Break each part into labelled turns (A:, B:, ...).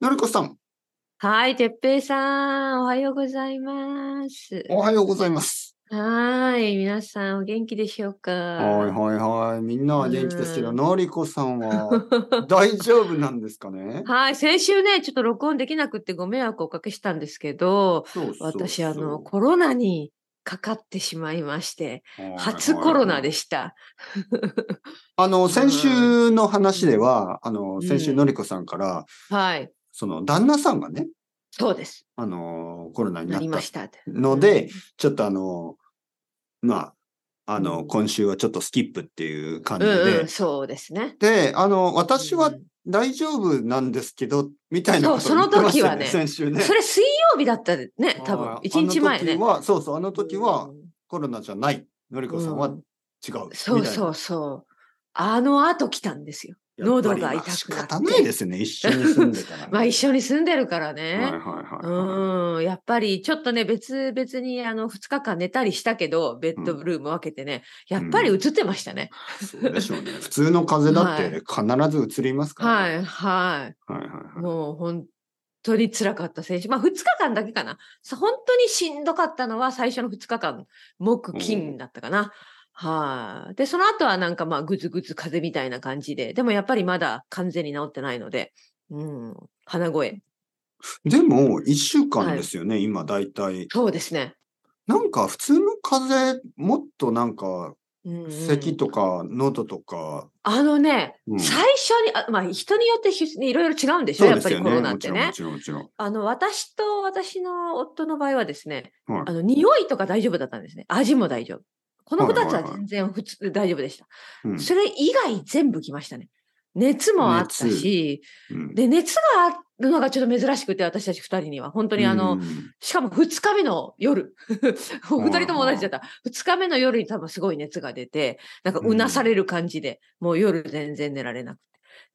A: のりこさん、
B: はい、てっぺいさん、おはようございます。
A: おはようございます。
B: はーい、皆さんお元気でしょうか。
A: はいはいはい。みんなは元気ですけど、
B: うん
A: のりこさんは大丈夫なんですかね
B: はい、先週ね、ちょっと録音できなくってご迷惑をおかけしたんですけど、
A: そうそう
B: 私、あの、コロナにかかってしまいまして、初コロナで
A: し
B: した。
A: あの、先週の話では、あ
B: う
A: の、
B: ん
A: 先週のりこさんから、
B: はい、
A: その、旦那さんがね、
B: そうです。
A: あの、コロナに
B: な
A: な
B: り
A: っ
B: ましたた。
A: ので、ちょっとあの、まあ、あ
B: う
A: の、
B: ん
A: 今週はちょっとスキップっていう感
B: う
A: じ
B: ん
A: で、
B: うん、そうですね。
A: で、あの、私は
B: うん
A: 大丈夫なんですけど、みたいなこと
B: そう
A: を言ってましたよ
B: そ
A: 先週ね。
B: それ水曜日だったでね、多分
A: は、い
B: 一日前ね。
A: あの時は、そうそう、あの時は
B: うん
A: コロナじゃない。のりこさんは違う
B: うん。そう
A: みたいな
B: そうそう。あの後来たんですよ。喉が痛くなって。
A: やぱりまあ仕方ないですね。一緒に住んでたら
B: まあ一
A: 緒
B: 緒に住んでるから
A: はいはい
B: ね。
A: は
B: うん、やっぱりちょっとね、別々にあの2日間寝たりしたけど、ベッドルーム分けてね、やっぱり映ってましたね。
A: い。そうでしょうね。普通の風邪だって必ず移りますから。。
B: はいい、はい。
A: はいはいはい。
B: もう本当に辛かった選手。まあ2日間だけかな。さ本当にしんどかったのは最初の2日間、木、金だったかな。はい。で、その後はなんかまあぐずぐず風邪みたいな感じで、でもやっぱりまだ完全に治ってないので、うん、鼻声。
A: でも、一週間ですよね、今だいたい。
B: そうですね。
A: なんか普通の風邪、もっとなんか、
B: うんうん
A: 咳とか喉とか、
B: あのね、
A: うん
B: 最初に、あまあ、人によってひいろいろ違うんでしょ、
A: そう
B: や
A: で
B: っぱ
A: す
B: り
A: よ
B: コ
A: ね。
B: ロナっ
A: もち
B: て
A: ろんも
B: ね。
A: ちろんもちろん。
B: あの、私と私の夫の場合はですね、
A: はい
B: あの、匂いとか大丈夫だったんですね。味も大丈夫。この
A: はい
B: 子
A: はい
B: た
A: はい
B: ちは全然普通、大丈夫でした。
A: うん
B: それ以外全部来ましたね。熱もあったし、
A: うん
B: で、熱があるのがちょっと珍しくて、私たち二人には。本当にあの、
A: うん
B: しかも2日目の夜、お二人とも同じだった。2日目の夜に多分すごい熱が出て、なんかうなされる感じで、もう夜全然寝られなく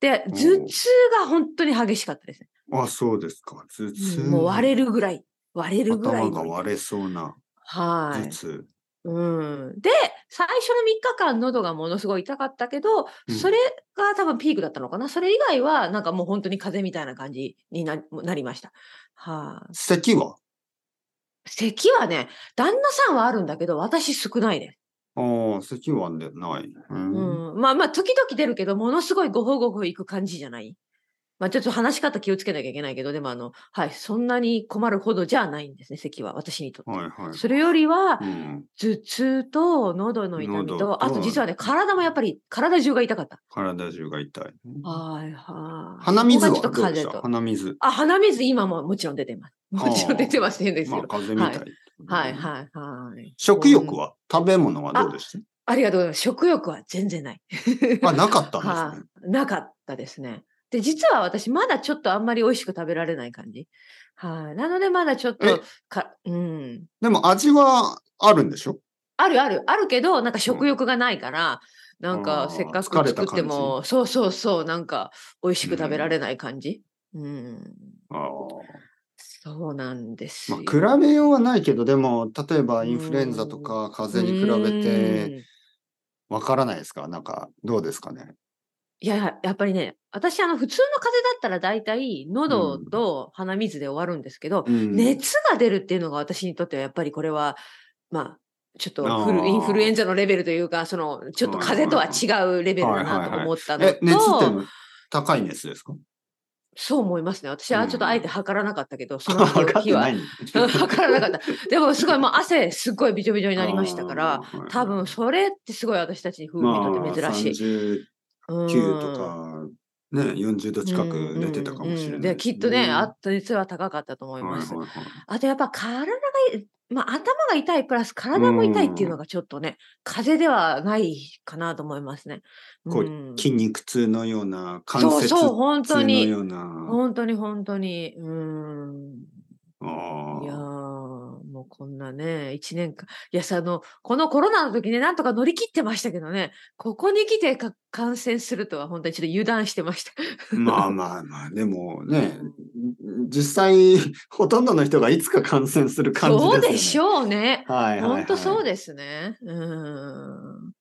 B: て。で、
A: お
B: 頭
A: う
B: 痛が本当に激しかったですね。
A: あ、そうですか。頭痛。
B: もう割れるぐらい、割れるぐらい
A: 頭が
B: の。
A: 割れそうな
B: は
A: 頭
B: い。
A: 痛。
B: うん、で、最初の3日間喉がものすごい痛かったけど、
A: うん
B: それが多分ピークだったのかな。それ以外は、なんかもう本当に風邪みたいな感じにななりました。はい、
A: 咳は
B: 咳はね、旦那さんはあるんだけど、私少ないです。
A: ああ、咳はねない。うん
B: うん、まあまあ、時々出るけど、ものすごいごほごほいく感じじゃない。まあ、ちょっと話し方気をつけなきゃいけないけど、でもあの、はい、そんなに困るほどじゃないんですね、咳は、私にとって。
A: はいはい。
B: それよりは
A: う、ん、
B: 頭痛と喉の痛み
A: 喉
B: と、
A: と
B: あと実はね、体もやっぱり、体中が痛かった。
A: 体中が痛い。
B: はいはい。
A: 鼻水は
B: そこ
A: ど
B: が
A: う
B: ち
A: でした
B: ょっと風邪と。
A: 鼻水。
B: あ、鼻水、今ももちろん出てます。もちろん出てます変です
A: ま
B: け
A: あ、
B: ど。
A: 風邪みたい。
B: はいはいはい。
A: 食欲
B: うん
A: は食べ物はどうでし
B: ありがとうございます。食欲は全然ない。
A: たあ、なかったん
B: は
A: ですね。
B: い、なかったですね。で、実は私、まだちょっとあんまり美味しく食べられない感じ。はい、なので、まだちょっ
A: え
B: とか、うん。
A: でも味はあるんでしょ
B: あるある、あるけど、なんか食欲がないから、なん
A: あ
B: か
A: ー
B: せっかく
A: 疲れた
B: 作っても、そうそうそう、なんか美味しく食べられない感じ。うん。
A: ああ。
B: そうなんです
A: ま
B: よ。
A: あ、比べようはないけど、でも、例えばインフルエンザとか風邪に比べ
B: う
A: て、
B: ん。
A: わからないですかなんか、どうですかね
B: いやいや、やっぱりね、私、あの、普通の風邪だったら大体、喉
A: うん
B: と鼻水で終わるんですけど、
A: うん
B: 熱が出るっていうのが私にとってはやっぱりこれはまあちょっとフ
A: あ
B: ル
A: ー
B: インフルエンザのレベルというかそのちょっと風邪とは違うレベルだ
A: はいは
B: ないと
A: はい
B: 思ったの
A: え、熱っていう
B: と
A: の高い熱ですか
B: そう思いますね私
A: う
B: は
A: ん
B: ちょっとあえて測らなかったけどその
A: 分 かって
B: 日
A: な
B: はい 測らなかったでもすごいもう汗すっごいびちょびちょになりましたから
A: あー
B: 多分それってすごい私たちに風味にとって珍しい。
A: い。
B: うん
A: 39とか、ね、40度近く出てたかもし
B: うんうんう
A: れ
B: ん
A: ない
B: できっとね、あ
A: あ
B: った熱は高かったと思います。
A: はいはいはい
B: あとやっぱ体がい、まあ、頭が痛いプラス体も痛いっていうのがちょっとね、風邪ではないかなと思いますね。
A: こう
B: うん
A: 筋肉痛のような、関
B: そう
A: 節痛
B: そう、本当
A: の
B: に。
A: ような。
B: 本当に本当に。うん。いやー、
A: あ
B: もうこんなね、一年間。いやさ、あの、このコロナの時ね、なんとか乗り切ってましたけどね、ここに来てか感染するとは本当にちょっと油断してました。
A: ーまあまあまあ、でもね、実際、ほとんどの人がいつか感染する感じです
B: そ
A: よね。
B: うでし
A: ょ
B: ょうね。
A: はいはい、はい。
B: 本当そう
A: で
B: ですね。うん。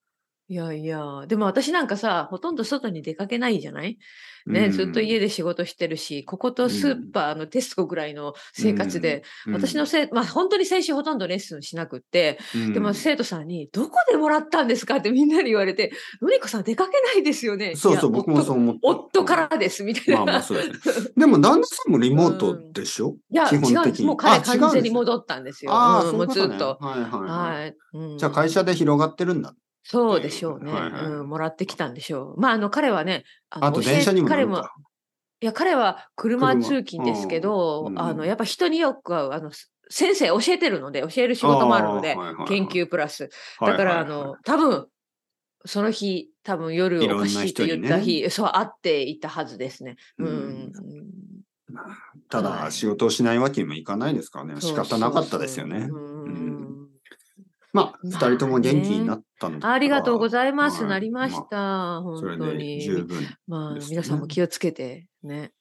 B: いやいや、でも私なんかさ、ほとんど外に出かけないじゃないね、ずっと家
A: で
B: で仕事してるし、こことスーパーのテスコぐらいの生活で、、私のせい、まあ本当に先週ほとんどレッスンしなくって、
A: うん、
B: でも
A: う
B: 生徒さんに、どこでもらったんですかってみんなに言われて、のりこさん出かけないですよね。
A: んそう
B: い
A: そう、
B: や
A: 僕もそう思った。
B: 夫夫からです、みたい
A: ま
B: な。
A: あまあそうですね。でも旦那さんもリモートでしょ、
B: いや、
A: 基
B: 違
A: 本
B: うんで
A: 的
B: す。
A: に。
B: もう彼
A: あ違うんです
B: 完全に戻ったんですよ。
A: ああ、
B: う
A: そ
B: ん
A: うい
B: も
A: う
B: う
A: こ
B: ず
A: と
B: っ
A: ね。
B: と。
A: はいはい、はい
B: はい。うん
A: じゃあ会社で広がってるんだ。
B: そうでしょうね、
A: はいはい
B: うん。もらってきたんでしょう。まあ、あの、彼はね、あの
A: あと
B: 教え
A: 電車にも乗
B: 彼
A: る
B: も
A: か。、
B: いや、彼は車
A: 車
B: 通勤ですけど、
A: うん
B: あの、やっぱ人によく会う、あの、先生教えてるので、教える仕事もあるので、
A: あーはいはいはい
B: 研究プラス。
A: はい
B: だから、
A: はいはい
B: あの、多分、その日、多分夜
A: いろん
B: お
A: な
B: かしいって言った
A: 人
B: 日、そう、会っていたはずですね。うん。
A: うん
B: うん
A: まあた
B: は
A: だ
B: い
A: 仕事をしないわけにもいかないですからね。仕方なかったですよね。
B: そうそうそううん
A: うんまあ、
B: まあ
A: 二
B: ね
A: 人とも元気になったんだから。
B: ありがとうございます。
A: はい
B: なりました。
A: それ
B: 本当
A: で
B: に。
A: 十分。
B: まあ、
A: ですね
B: 皆さんも気をつけてね。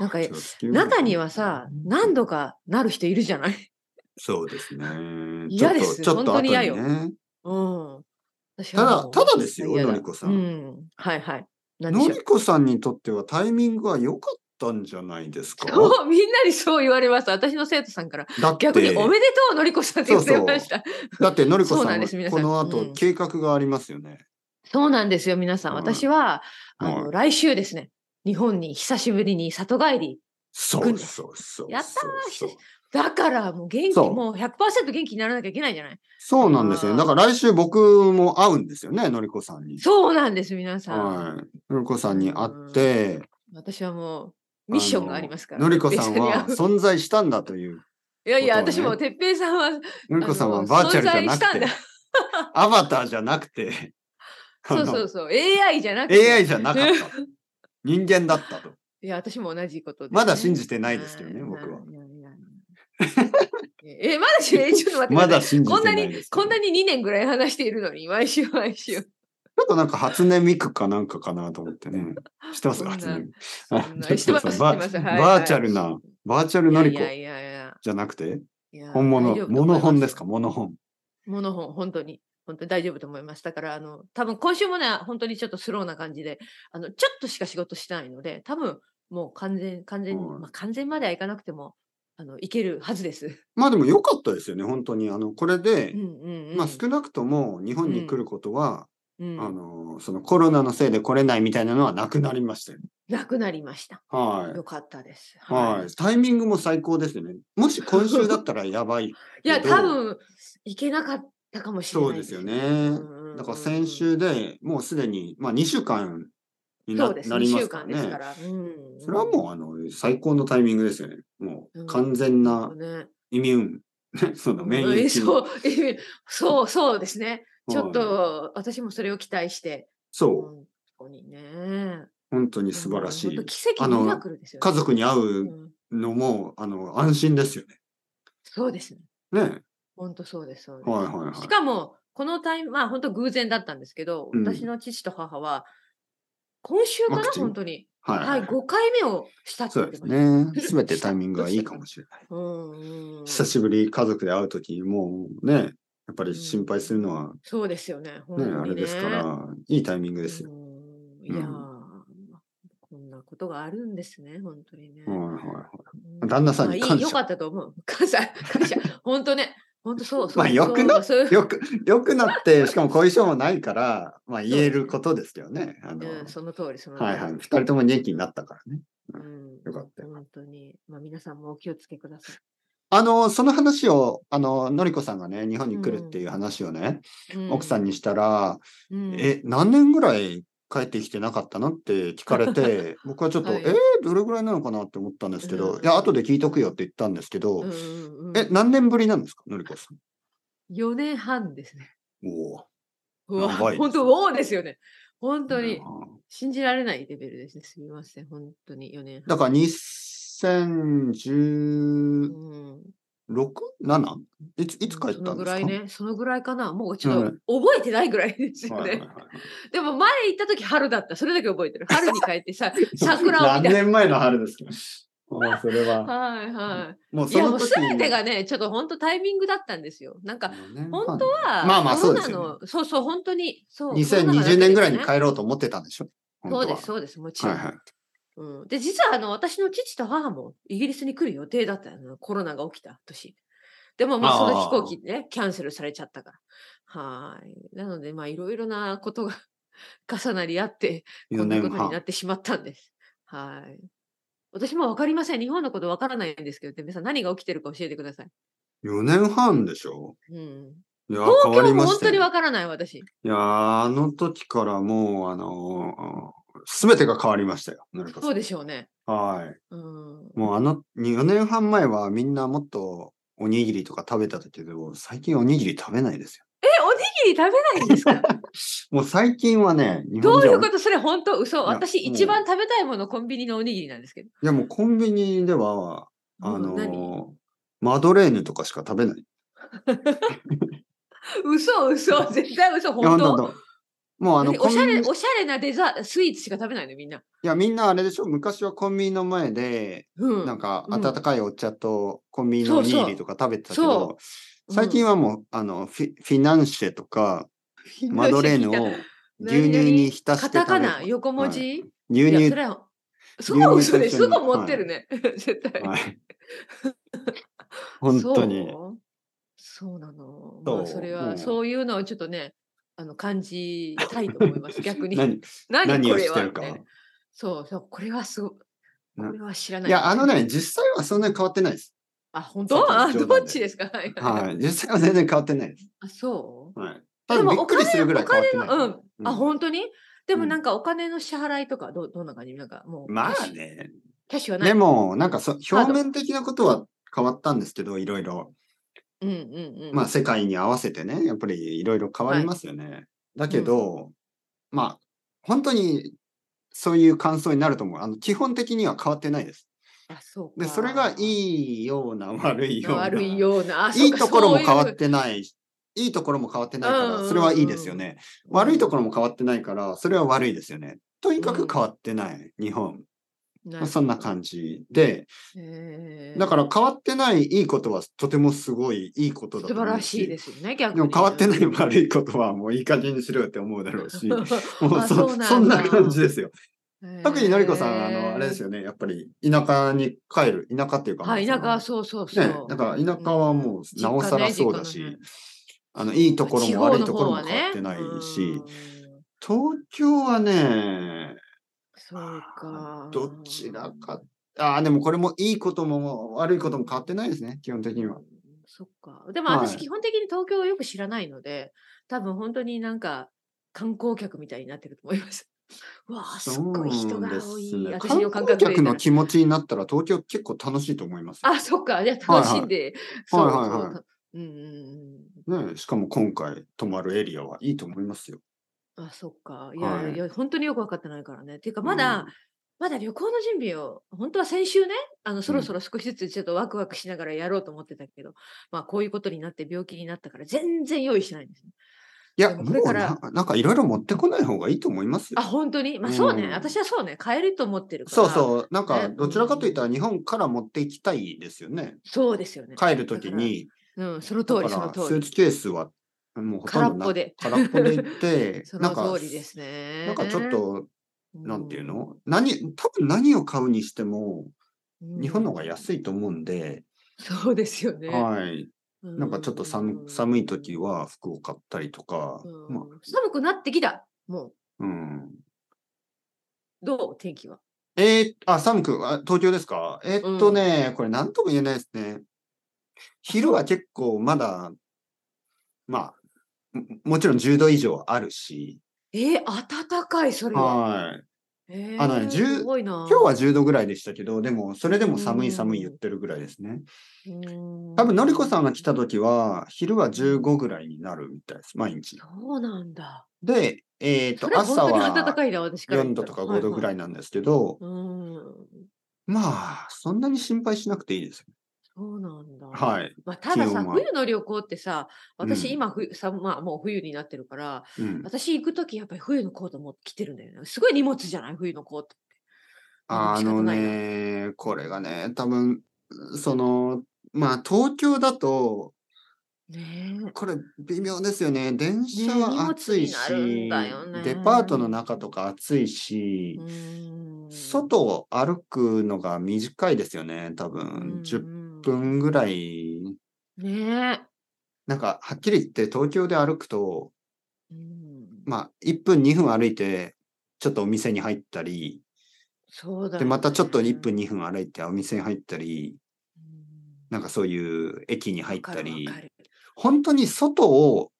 B: なんか
A: 気をつけよう
B: 中にはさ、何度。かなる人いるじゃない
A: そうですね。
B: 嫌です
A: ちょっと
B: 本当に嫌よ
A: ちょっと後にね
B: うん。私
A: ただ
B: はもう
A: ただですよ
B: 嫌
A: のりこさん
B: うん。はいはい。何で
A: の
B: しょ
A: りこさんにとってはタイミングは良かったんじゃないですか
B: う。そうみんなにそう言われます。私の生徒さんから。
A: だって
B: 逆におめでとう、のりこさんって言われました。
A: だってのりこ
B: そう
A: さ
B: なん
A: ん
B: で
A: は
B: す皆さん
A: この
B: う
A: 後
B: ん
A: 計画がありますよね。
B: そうなんですよ、皆さん。
A: はい
B: 私は、あ
A: は
B: の、来週ですね。日本に久しぶりに里帰り。
A: そうそうそう。
B: やったー
A: そうそう
B: だからもう元気、
A: そう
B: もう100%元気にならなきゃいけないじゃない
A: そうなんですよ。だから来週僕も会うんですよね、のりこさんに。
B: そうなんです、皆さん。
A: はい。のりこさんに会って、
B: 私はもう、ミッションがありますから。
A: のりこさん
B: 電車に
A: は
B: 会う
A: 存在したんだという。
B: いやいや、
A: ことをね
B: 私も、てっぺいさんは、
A: のりこさん
B: あ
A: は
B: の
A: バーチャルじゃな
B: 存在し
A: く
B: たんだ
A: て、アバターじゃなくて、あ の
B: そうそう そう、AI じゃなくて。
A: AI じゃなかったと。人間だったと。
B: いや、私も同じことですね、
A: まだ信じてないですけどね
B: はい
A: 僕は。
B: いやいやいやえ、まだし、えちょっと待ってくださ
A: ま
B: い。
A: だ信じ
B: こ
A: て
B: ん
A: な
B: ないに
A: です、けど
B: こんなに2年ぐらい話しているのに、毎週毎 週。
A: ちょっとなんか初音ミクかなんかかなと思って ね。知ってます
B: そ
A: か
B: んな
A: 初音ミク。
B: そん
A: あ
B: な
A: ちょっと
B: してます
A: バ
B: してますはい
A: バーチャルな、バーチャルのり
B: い
A: こ
B: やいやいや
A: じゃなくて、
B: いや。
A: 本
B: 大丈
A: 物、
B: 夫と思い
A: モ
B: ま
A: ノ本ですか、モノ本。
B: もの本、本当に。本当に大丈夫と思います。だから、あの、多分今週もね、本当にちょっとスローな感じで、あの、ちょっとしか仕事してないので、多分もう完全、完全に、
A: はい
B: まあ、完全まではいかなくても、あの、いけるはずです。
A: まあでも良かったですよね、本当に。あの、これで、
B: うんうんうん。
A: まあ少なくとも日本に来ることは、
B: うん
A: あの、そのコロナのせいで来れないみたいなのはなくなりましたよ。
B: なくなりました。
A: はい。
B: よかったです。
A: はい。タイミングも最高ですよね。もし今週だったらやばい。
B: いや、
A: けど
B: 多分、いけなかったかも しれない
A: そうですよね
B: うんうん
A: だから先週でもうすでに、まあ2週間にな
B: そうです。
A: な
B: 2
A: りま
B: 週
A: すから
B: 間ですか
A: ね。
B: ら。うん
A: それはもうあの最高のタイミングですよね。も
B: う
A: うん完全な
B: ね
A: イミュン、 その免
B: うんえ
A: 疫。
B: そう、えそう、そうですね。ちょっ
A: はい
B: と、私もそれを期待して。
A: そう、
B: 本当にね。
A: 本当に素晴らし
B: いや。
A: い
B: 本当。奇跡ミラクルですよ、ね。
A: 家族に会
B: う
A: うんのも、あの安心ですよ
B: そうですね。
A: ね。ね。
B: 本当そうです。そうです
A: はいはいはい
B: し。かも、このタイミング、まあ本当偶然だったんですけど、
A: うん
B: 私の父と母は、今週か
A: ワ
B: な、
A: クチン
B: 本当に。
A: はい。
B: はい、5回目をしたって
A: そ
B: 言っ
A: う
B: て
A: です
B: ました。
A: ね。すべてタイミングがいいかもしれない。
B: うんうんうん
A: 久しぶり家族で会うとき、もうね、やっぱり心配するのは
B: そうですよね。本
A: ね、
B: 当にね
A: あれですから、いいタイミングですよ。
B: うんいやー、こんなことがあるんですね、本当にね。
A: はいはいはい。
B: うん
A: 旦那さんに感謝
B: まあいいよかったと思う。 感謝、感謝。本当ね、本 当そう。そう
A: まあよくな
B: そうそういう
A: よく、よくなって、しかも後遺症もないから、まあ言えることですけどね。あの、
B: うん、その通り、その通り。
A: はいはい。二人とも元気になったからね。
B: うん、
A: よかったよ
B: 本当に、まあ、皆さんもお気をつけくださ
A: あの、その話を、あの、のりこさんがね、日本に来るっていう話をね、
B: い。う
A: 奥さんにしたら、
B: うん
A: え、何年ぐらい帰ってきてなかったのって聞かれて、 僕はちょっと、
B: はい
A: えーどれぐらいなのかなって思ったんですけど、
B: うん
A: いや、後で聞いとくよって言ったんですけど、
B: うんうんうん
A: え、何年ぶりなんですか、のりこさん。
B: 4年半ですね。
A: おお。
B: うわ、
A: 長いですね
B: 本当、おおですよね。本当に
A: う、ん
B: 信じられないレベルですね。すみません、本当に4年半。
A: だから2016、
B: うん、
A: 7? いついつ帰ったんですか
B: そのぐらいね、そのぐらいかな。もうち
A: は
B: ょ
A: い
B: っと覚えてないぐらいですよね。
A: はいはいはいはい
B: でも 前行った時春だった。それだけ覚えてる。春に帰ってさ、桜を見
A: 何
B: た。
A: 年前の春ですかもうそれは。
B: はいはい。
A: もう
B: い
A: そ
B: やも
A: の
B: う
A: 時
B: 全てがね、ちょっと本当タイミングだったんですよ。なんか、本当
A: は。
B: は、
A: まあまあ
B: コロ
A: そうで
B: ナ
A: すよね
B: の、そうそう、本当に、そう。
A: 2020年ぐらいに
B: コロナが
A: 帰ろうと思ってたんでしょ本当は
B: なくてですねそうです、そうです、もちろん。
A: はいはい。
B: うん、で、実はあの、私の父と母もイギリスに来る予定だったの、コロナが起きた年。でも、まあ、その飛行機ね、キャンセルされちゃったから。はーい。なので、まあ、いろいろなことが 重なり合って、こ
A: 4
B: んな
A: 年
B: ことにな
A: 半
B: っ。てしまったんです。はーい。私もわかりません。日本のことわからないんですけど、てめさん、何が起きてるか教えてください。
A: 4年半でしょ
B: うん。
A: いや、変わ
B: 東
A: り
B: 京も
A: ま
B: 本
A: した
B: 当に
A: よ。
B: わからない、私。
A: いやー、あの時からもう、あのー、すべてが変わりましたよ。のりこさん
B: そうでしょうね。
A: はい。
B: うん。
A: もうあの、4年半前はみんなもっとおにぎりとか食べてたけど、最近おにぎり食べないですよ。
B: え、おにぎり食べないんですか
A: もう最近はね、日
B: ど
A: 本
B: う
A: 人
B: い
A: は
B: うことそれ本当嘘。
A: や
B: 私
A: もう
B: 一番食べたいものコンビニのおにぎりなんですけど。
A: いやもうコンビニでは、あ
B: うん
A: の
B: 何
A: ー、マドレーヌとかしか食べない。
B: 嘘嘘絶対嘘
A: いや
B: 本当
A: ほんともうあの、
B: 何
A: コン
B: おし
A: ビ
B: ゃ
A: ニ
B: れおしゃれなデザスイーツしか食べないのみんな。
A: いや、みんなあれでしょ昔はコンビニの前で、
B: うん。
A: なんか、
B: うん
A: 温かいお茶とコンビニのおにぎりとか食べてたけど、
B: そう
A: 最近
B: は
A: はもう、あの、フィフィナンシェとか、マドレーヌを牛乳に浸して
B: カ
A: 食べ
B: タ
A: る
B: カナ横文字、、
A: はい牛
B: や
A: 乳
B: それは
A: 牛
B: そこ
A: 乳
B: 嘘
A: と
B: で
A: 一緒
B: す
A: に
B: ぐ持ってるね、 絶対。
A: はい。本当に。
B: そうそうなの。
A: そう
B: まあ、それ
A: う
B: は
A: ん
B: そういうのをちょっとねあの感じたいと思 います逆に。
A: 何
B: 何
A: 何
B: こ
A: を
B: れ
A: して
B: は
A: る
B: み
A: か
B: た。いな。そうそうこれはすごこ
A: な
B: れは知らない。
A: いや、あのね、実際はそんなに変わってないです。
B: あ、本
A: さっ
B: 当
A: きの
B: あ
A: 冗談
B: ど
A: で
B: っちですかはいはい。
A: はい。実際は全然変わってないです。
B: あ、そう
A: はい。
B: で
A: ただ
B: も
A: びっくりするぐらい変わってない。
B: うん。あ、
A: ん
B: 本当にでも
A: うん
B: なんかお金の支払いとかどうどんな感じなんかもう。
A: ま
B: キ
A: あ
B: ャッシュ。
A: ね。
B: キャッシュはない。
A: でも、なんかそ
B: カー
A: 表
B: ド
A: 面的なことは変わったんですけど、いろいろ。
B: うんうんうん。
A: まあ、世界に合わせてね、やっぱりいろいろ変わりますよね。だけど、まあ、本当にそういう感想になると思う。あの基本的には変わってないです。
B: あ、そうか。
A: で、それがいいような悪いような。
B: 悪いような。あ
A: いいところも変わ。
B: そ
A: っ
B: うか
A: てない。いいところも変わってないか
B: うんうんう
A: ら、
B: ん
A: それはいいですよね。悪いところも変わってないから、それは悪いですよね。とにかく変わってない、日本。
B: そ
A: ま
B: うい
A: あ
B: う
A: そんな感じで、
B: じ。へー
A: だから変わってないいいことはとてもすごいいいことだと
B: 素
A: 思う
B: 晴らしいですよね、逆に。。
A: でも変わってないい悪いことはもういい加減にしろよって思うだろう し、もう
B: あ
A: そ
B: そうなん
A: ん
B: だ
A: な感じですよ。特にのりこさ
B: へ
A: ん、あ
B: ー
A: の、あれですよね、やっぱり田舎に帰る、田舎っていうか、
B: はい、
A: そ
B: 田
A: の
B: 舎はそうそうそう。
A: ね、だから田舎はもうなおさらそうだし、
B: 実家ね
A: あのいいところ
B: 地
A: も
B: 方
A: 悪い
B: の
A: とこ
B: 方
A: ろも
B: は
A: 変わ
B: ね
A: ってないし、
B: うん
A: 東京はね、
B: そうか。
A: どちらか、ああ、でもこれもいいことも悪いことも変わってないですね、基本的には。
B: そっか。でも
A: はい
B: 私基本的に東京をよく知らないので、多分本当になんか観光客みたいになってると思います。 うわあ、すっごい人が多い。
A: そうです
B: 私
A: ね観
B: の感
A: 光
B: 覚で
A: 客
B: 言
A: の
B: うた
A: 気持ちになったら東京結構楽しいと思いますよ。
B: ら。あ、そっか。じゃあ
A: はい
B: 楽しんで。
A: はい
B: そう
A: はい
B: そう
A: はい
B: たうんうんうん。
A: ね、しかも今回泊まるエリアはいいと思いますよ。
B: あ、そっか。いやいや
A: はい
B: いや、本当によく分かってないからね。っていうか、まだ、まだ旅行の準備を、本当は先週ね、あの、そろそろ少しずつちょっとワクワクしながらやろうと思ってたけど、まあ、こういうことになって病気になったから、全然用意してないんですね。
A: いや、
B: でも
A: も
B: これ
A: う
B: から
A: ななんかいろいろ持ってこない方がいいと思いますよ
B: あ、。本当にまあ、そうね。
A: うん
B: 私はそうね。買えると思ってるか
A: そ
B: ら。
A: うそう。なんか、
B: ね
A: どちらかといったら日本から持っていきたいですよね。
B: そうですよね。
A: 帰るときに、
B: うん、その
A: だ
B: 通
A: か
B: り、
A: ら
B: その
A: ス
B: 通
A: ー
B: り。
A: ツケースはもうほ
B: 空
A: とん
B: っ
A: ど
B: ぽ
A: な
B: で。
A: 空っぽで行って、
B: そ
A: なんか、
B: の通りですね。
A: なんかちょっと、なんていう
B: うん、
A: の何、多分何を買うにしても、日本の方が
B: い。
A: 安いと思うんで、
B: そうですよね。
A: はい。なんかちょっと
B: う
A: 寒
B: ん
A: 寒い時は服を買ったりとか、
B: うん
A: まあ
B: 寒くなってきた。もう、
A: うん。
B: どう天気は。
A: えー、あ、寒く、あ東京ですかえーっとね、これなんとも言えないですね。昼は結構まだ、まあ、ももちろん10度以上あるし、
B: えー、暖かい、それは。
A: はい。
B: え
A: あのね
B: ー
A: 10
B: すごいな。
A: 今日は10度ぐらいでしたけど、でも、それでも寒
B: う
A: い
B: ん
A: 寒い言ってるぐらいですね。
B: うん、
A: 多分、のりこさんが来た時は、昼は15ぐらいになるみたいです、毎日。
B: そうなんだ。
A: で、えっ、
B: そ
A: と、
B: れは
A: 朝
B: 本当に暖
A: は
B: かいな、私から
A: 4
B: 見た
A: 度
B: ら。
A: とか5度ぐら
B: い
A: いなんですけど、
B: はいはい。うん。
A: まあ、そんなに心配しなくていいですよ。
B: そうなんだ。い。
A: はい。
B: まあ、ただ
A: 気
B: さ、
A: 温は
B: 冬の旅行ってさ、
A: う
B: 私
A: ん
B: 今冬、さまあ、もう冬になってるから、
A: うん
B: 私行くときやっぱり冬のコートも着てるんだよね。すごい荷物じゃない冬のコートって。
A: あのね、これがね、多分、その、まあ、東京だと、
B: ねえ
A: これ微妙ですよね。電車
B: ね
A: は
B: 荷
A: 暑い
B: 物に
A: し
B: なるんだよね、
A: デパートの中とか暑いし、
B: うーん。
A: 外を歩くのが短いですよね、多分。10
B: 10。
A: 分ぐらい。
B: ね
A: なんか、はっきり言って東京で歩くと、
B: え。うん
A: まあ、1分、2分歩いて、ちょっとお店に入ったり、
B: そうだよね、
A: で、またちょっと1分、2分歩いてお店に入ったり、なんかそういう駅に入ったり
B: わか、るわかる
A: 本当に外を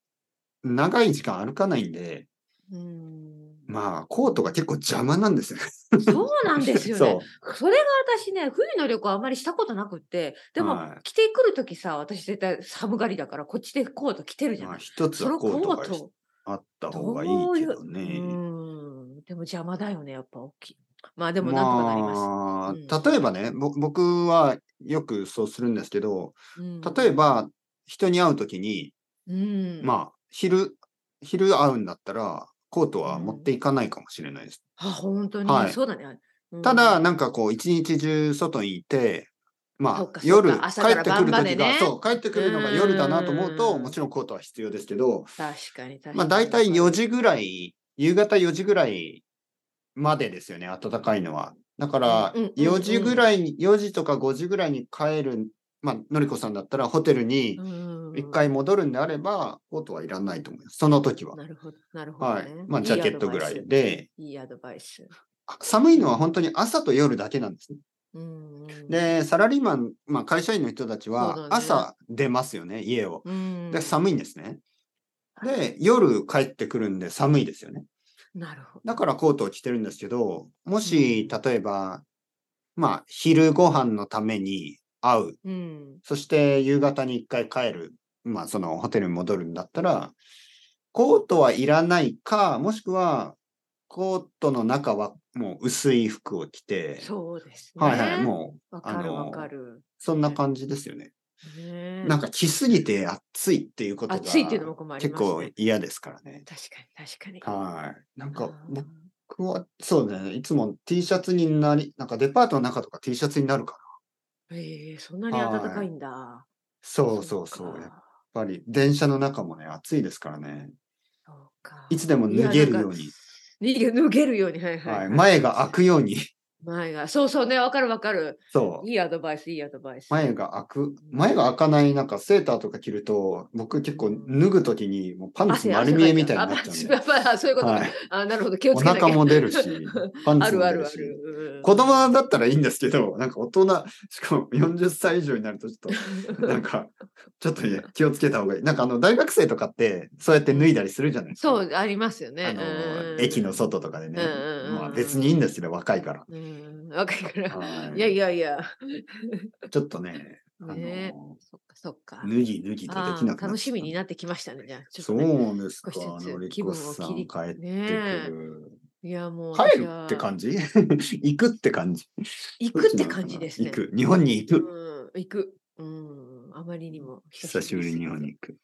A: 長い時間歩かないんで、
B: うん
A: まあ、コートが結構邪魔なんですよね。
B: そうなんです よ
A: そう
B: ね。それが私ね、冬の旅行あんまりしたことなくって、でも、
A: はい
B: 着てくるときさ、私絶対寒がりだから、こっちでコート着てるじゃ
A: ま
B: な
A: あ、
B: い。
A: 一つ
B: そ
A: は
B: の
A: コ
B: コ
A: ート
B: ー
A: が
B: ト、
A: あった
B: ど
A: 方がいいうけ
B: いう
A: どね。
B: うん。でも邪魔だよね、やっぱ大きい。まあでも、なんとかなります。
A: まあ
B: うん
A: 例えばね、ぼ僕はよくそうするんですけど、
B: うん
A: 例え、ば人に会うときに、
B: うん、
A: まあ、昼、昼会うんだったら、コートは持っていかないかもしれないです。
B: あ、本当に、
A: はい
B: そうだね。うん
A: ただ、なんかこう、一日中外にいて、ま
B: そ
A: あ
B: っか、そっ
A: 夜、帰
B: か朝から
A: ってくる
B: 晩まで
A: 時が、
B: ね
A: そう、帰ってくるのが夜だなと思う
B: う
A: と、
B: ん
A: もちろんコートは必要ですけど、
B: 確かに確かに。
A: まあ、大体4時ぐらい、夕方4時ぐらいまでですよね、暖かいのは。だから
B: うんうんうん、
A: 4時ぐらいに、4時とか5時ぐらいに帰る、まあ、のりこさんだったら、ホテルに
B: うん
A: 一回戻るんであれば、コートはいらないと思います。その時は。
B: なるほど、なるほど、
A: はい
B: ね。。
A: まあ、ジャケットぐらい。で、
B: いいアドバイス。
A: 寒いのは本当に朝と夜だけなんですね。
B: うんうん、
A: で、サラリーマン、まあ、会社員の人たち
B: そうだ
A: は
B: ね
A: 朝出ますよね、家を。
B: うん、
A: で、寒いんですね。で、夜帰ってくるんで寒いですよね。
B: なるほど。
A: だからコートを着てるんですけど、もし、
B: うん
A: 例えば、まあ、昼ご飯のために会う、
B: うん、
A: そして夕方に一回帰る、まあ、そのホテルに戻るんだったら、コートはいらないか、もしくは、コートの中はもう薄い服を着て、
B: そうですね。
A: はいはい、もう、
B: わか
A: あ
B: る
A: の
B: わかる。
A: そんな感じですよね。
B: ねえ
A: なんか着すぎて暑いっていうことが
B: 暑いっていうのも困り
A: 結
B: ます、ね。
A: 構嫌ですからね。
B: 確かに確かに。
A: はい。なん
B: あ
A: か
B: ー
A: 僕は、そうね、いつも T シャツになり、なんかデパートの中とか T シャツになるかな。
B: ええそんなに暖かいんだ。
A: そうそうそう。やっ
B: か
A: ぱり電車の中もね、暑いですからね。
B: そうか
A: いつでも脱げるように。
B: いやなんか脱げるように、はいはい、
A: はい。前が開くように。
B: 前が、そうそうね、わかるわかる。
A: そう。
B: いいアドバイス、いいアドバイス。
A: 前が開く、前が開かない、なんかセーターとか着ると、僕結構脱ぐときに、もうパンツ
B: 汗汗
A: 丸見えみたいになっ
B: か
A: ちゃ
B: い
A: うんで
B: てるあパンツやっぱそういうこと、
A: はい。
B: あ、なるほ ど、気を
A: お
B: つけなきゃ、
A: 腹も出るしパン
B: あ
A: ツも
B: るあ
A: 出
B: る
A: る
B: あ
A: し。
B: る。うん
A: 子供だったらいいんですけど、なんか大人、しかも40歳以上になるとちょっと、なんか、ちょっとね、気をつけた方がいい。なんかあの、大学生とかって、そうやって脱いだりするじゃないですか。。
B: そうう、ありますよね。
A: あ
B: う
A: の、
B: ん
A: 駅の。外とかでね
B: うんうんう。ん
A: まあ別にいいんですけど、若いから。
B: うん、若いから。
A: はい
B: いやいや いや。
A: ちょっとね、あの、
B: ねそっかそっか。
A: 脱ぎ脱ぎとで
B: あ
A: きなくなっちゃ
B: ー
A: う
B: 楽しみになってきましたね。じゃあ、ちょっ
A: そ
B: とね、
A: うですか、
B: 少しずつ
A: のり
B: 気
A: こ
B: 分を
A: さ
B: 切
A: ん帰
B: り
A: ってく
B: ねえ
A: る。
B: いや、もう。
A: 帰るって感
B: じ
A: じ 行くって感じ。
B: ゃあ。行くって感じですね。
A: 行く。日本に行く。
B: うん、行く。うん、あまりにも
A: 久しぶりに日本に
B: 行
A: 行く。
B: く。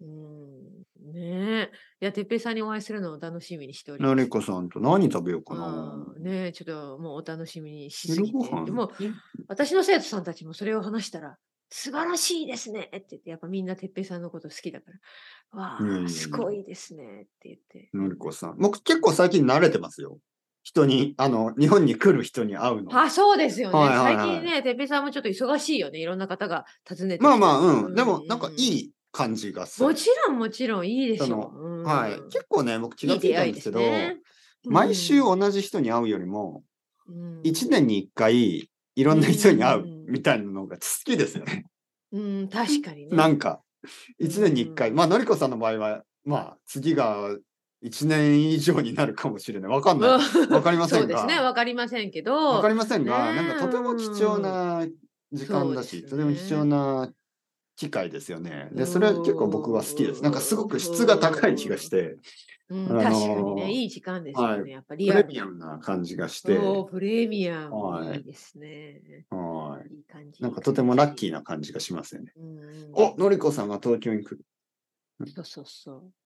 B: うん、ねえ。いや、てっぺいさんにお会いするのを楽しみにしておりま
A: の
B: す。
A: りこさんと何食べようかな。
B: うんねえ、ちょっともうお楽しみにしす
A: 昼
B: ぎて。
A: ご飯
B: でも、私の生徒さんたちもそれを話したら、素晴らしいですねって言って、やっぱみんなてっぺいさんのこと好きだから、わ
A: いやいやいや
B: あ、すごいですねって言って。
A: のりこさん。僕結構最近慣れてますよ。人に、あの、日本に来る人に会うの。
B: あ、そうですよね。
A: はいはいはい
B: 最近ね、てっぺいさんもちょっと忙しいよね。いろんな方が訪ねてきて。
A: まあまあ、うん。でも、
B: う
A: なんかいい感じがする。
B: もちろんもちろんいいでし
A: そ
B: ょ
A: の
B: う。うん
A: はい。結構ね、僕気がついたんですけど、
B: いい出会いですね
A: 毎週同じ人に会うよりも、
B: うん
A: 1年に1回、いろんな人に会う
B: うん
A: みたいなのが好きですよね。
B: うん、確かにね。
A: なんか、1年に1回。
B: うん
A: まあ、のりこさんの場合は、まあ、次が1年以上になるかもしれない。わかんない。
B: うん
A: わかりませ
B: そうんで
A: が。
B: すね、わかりませんけど。
A: わかりませんが、
B: ねえ
A: なんかとても貴重な時間だし、
B: うん
A: とても貴重な機会ですよね。
B: う
A: で、
B: ん
A: それは結構僕は好きです。なんかすごく質が高い気がして、
B: うん、
A: あのー
B: 確かにね、いい時間ですよ
A: はい
B: ね。やっぱ
A: プ
B: リア
A: レ
B: ル。
A: ミアムな感じがして、
B: そうプレミアム。
A: はい
B: いいですね。
A: はい
B: い感じ。
A: い。なんかとてもラッキー
B: な。
A: な感じがしますよね。
B: うん、
A: お、のりこさんが東京に来る。
B: そうそうそう。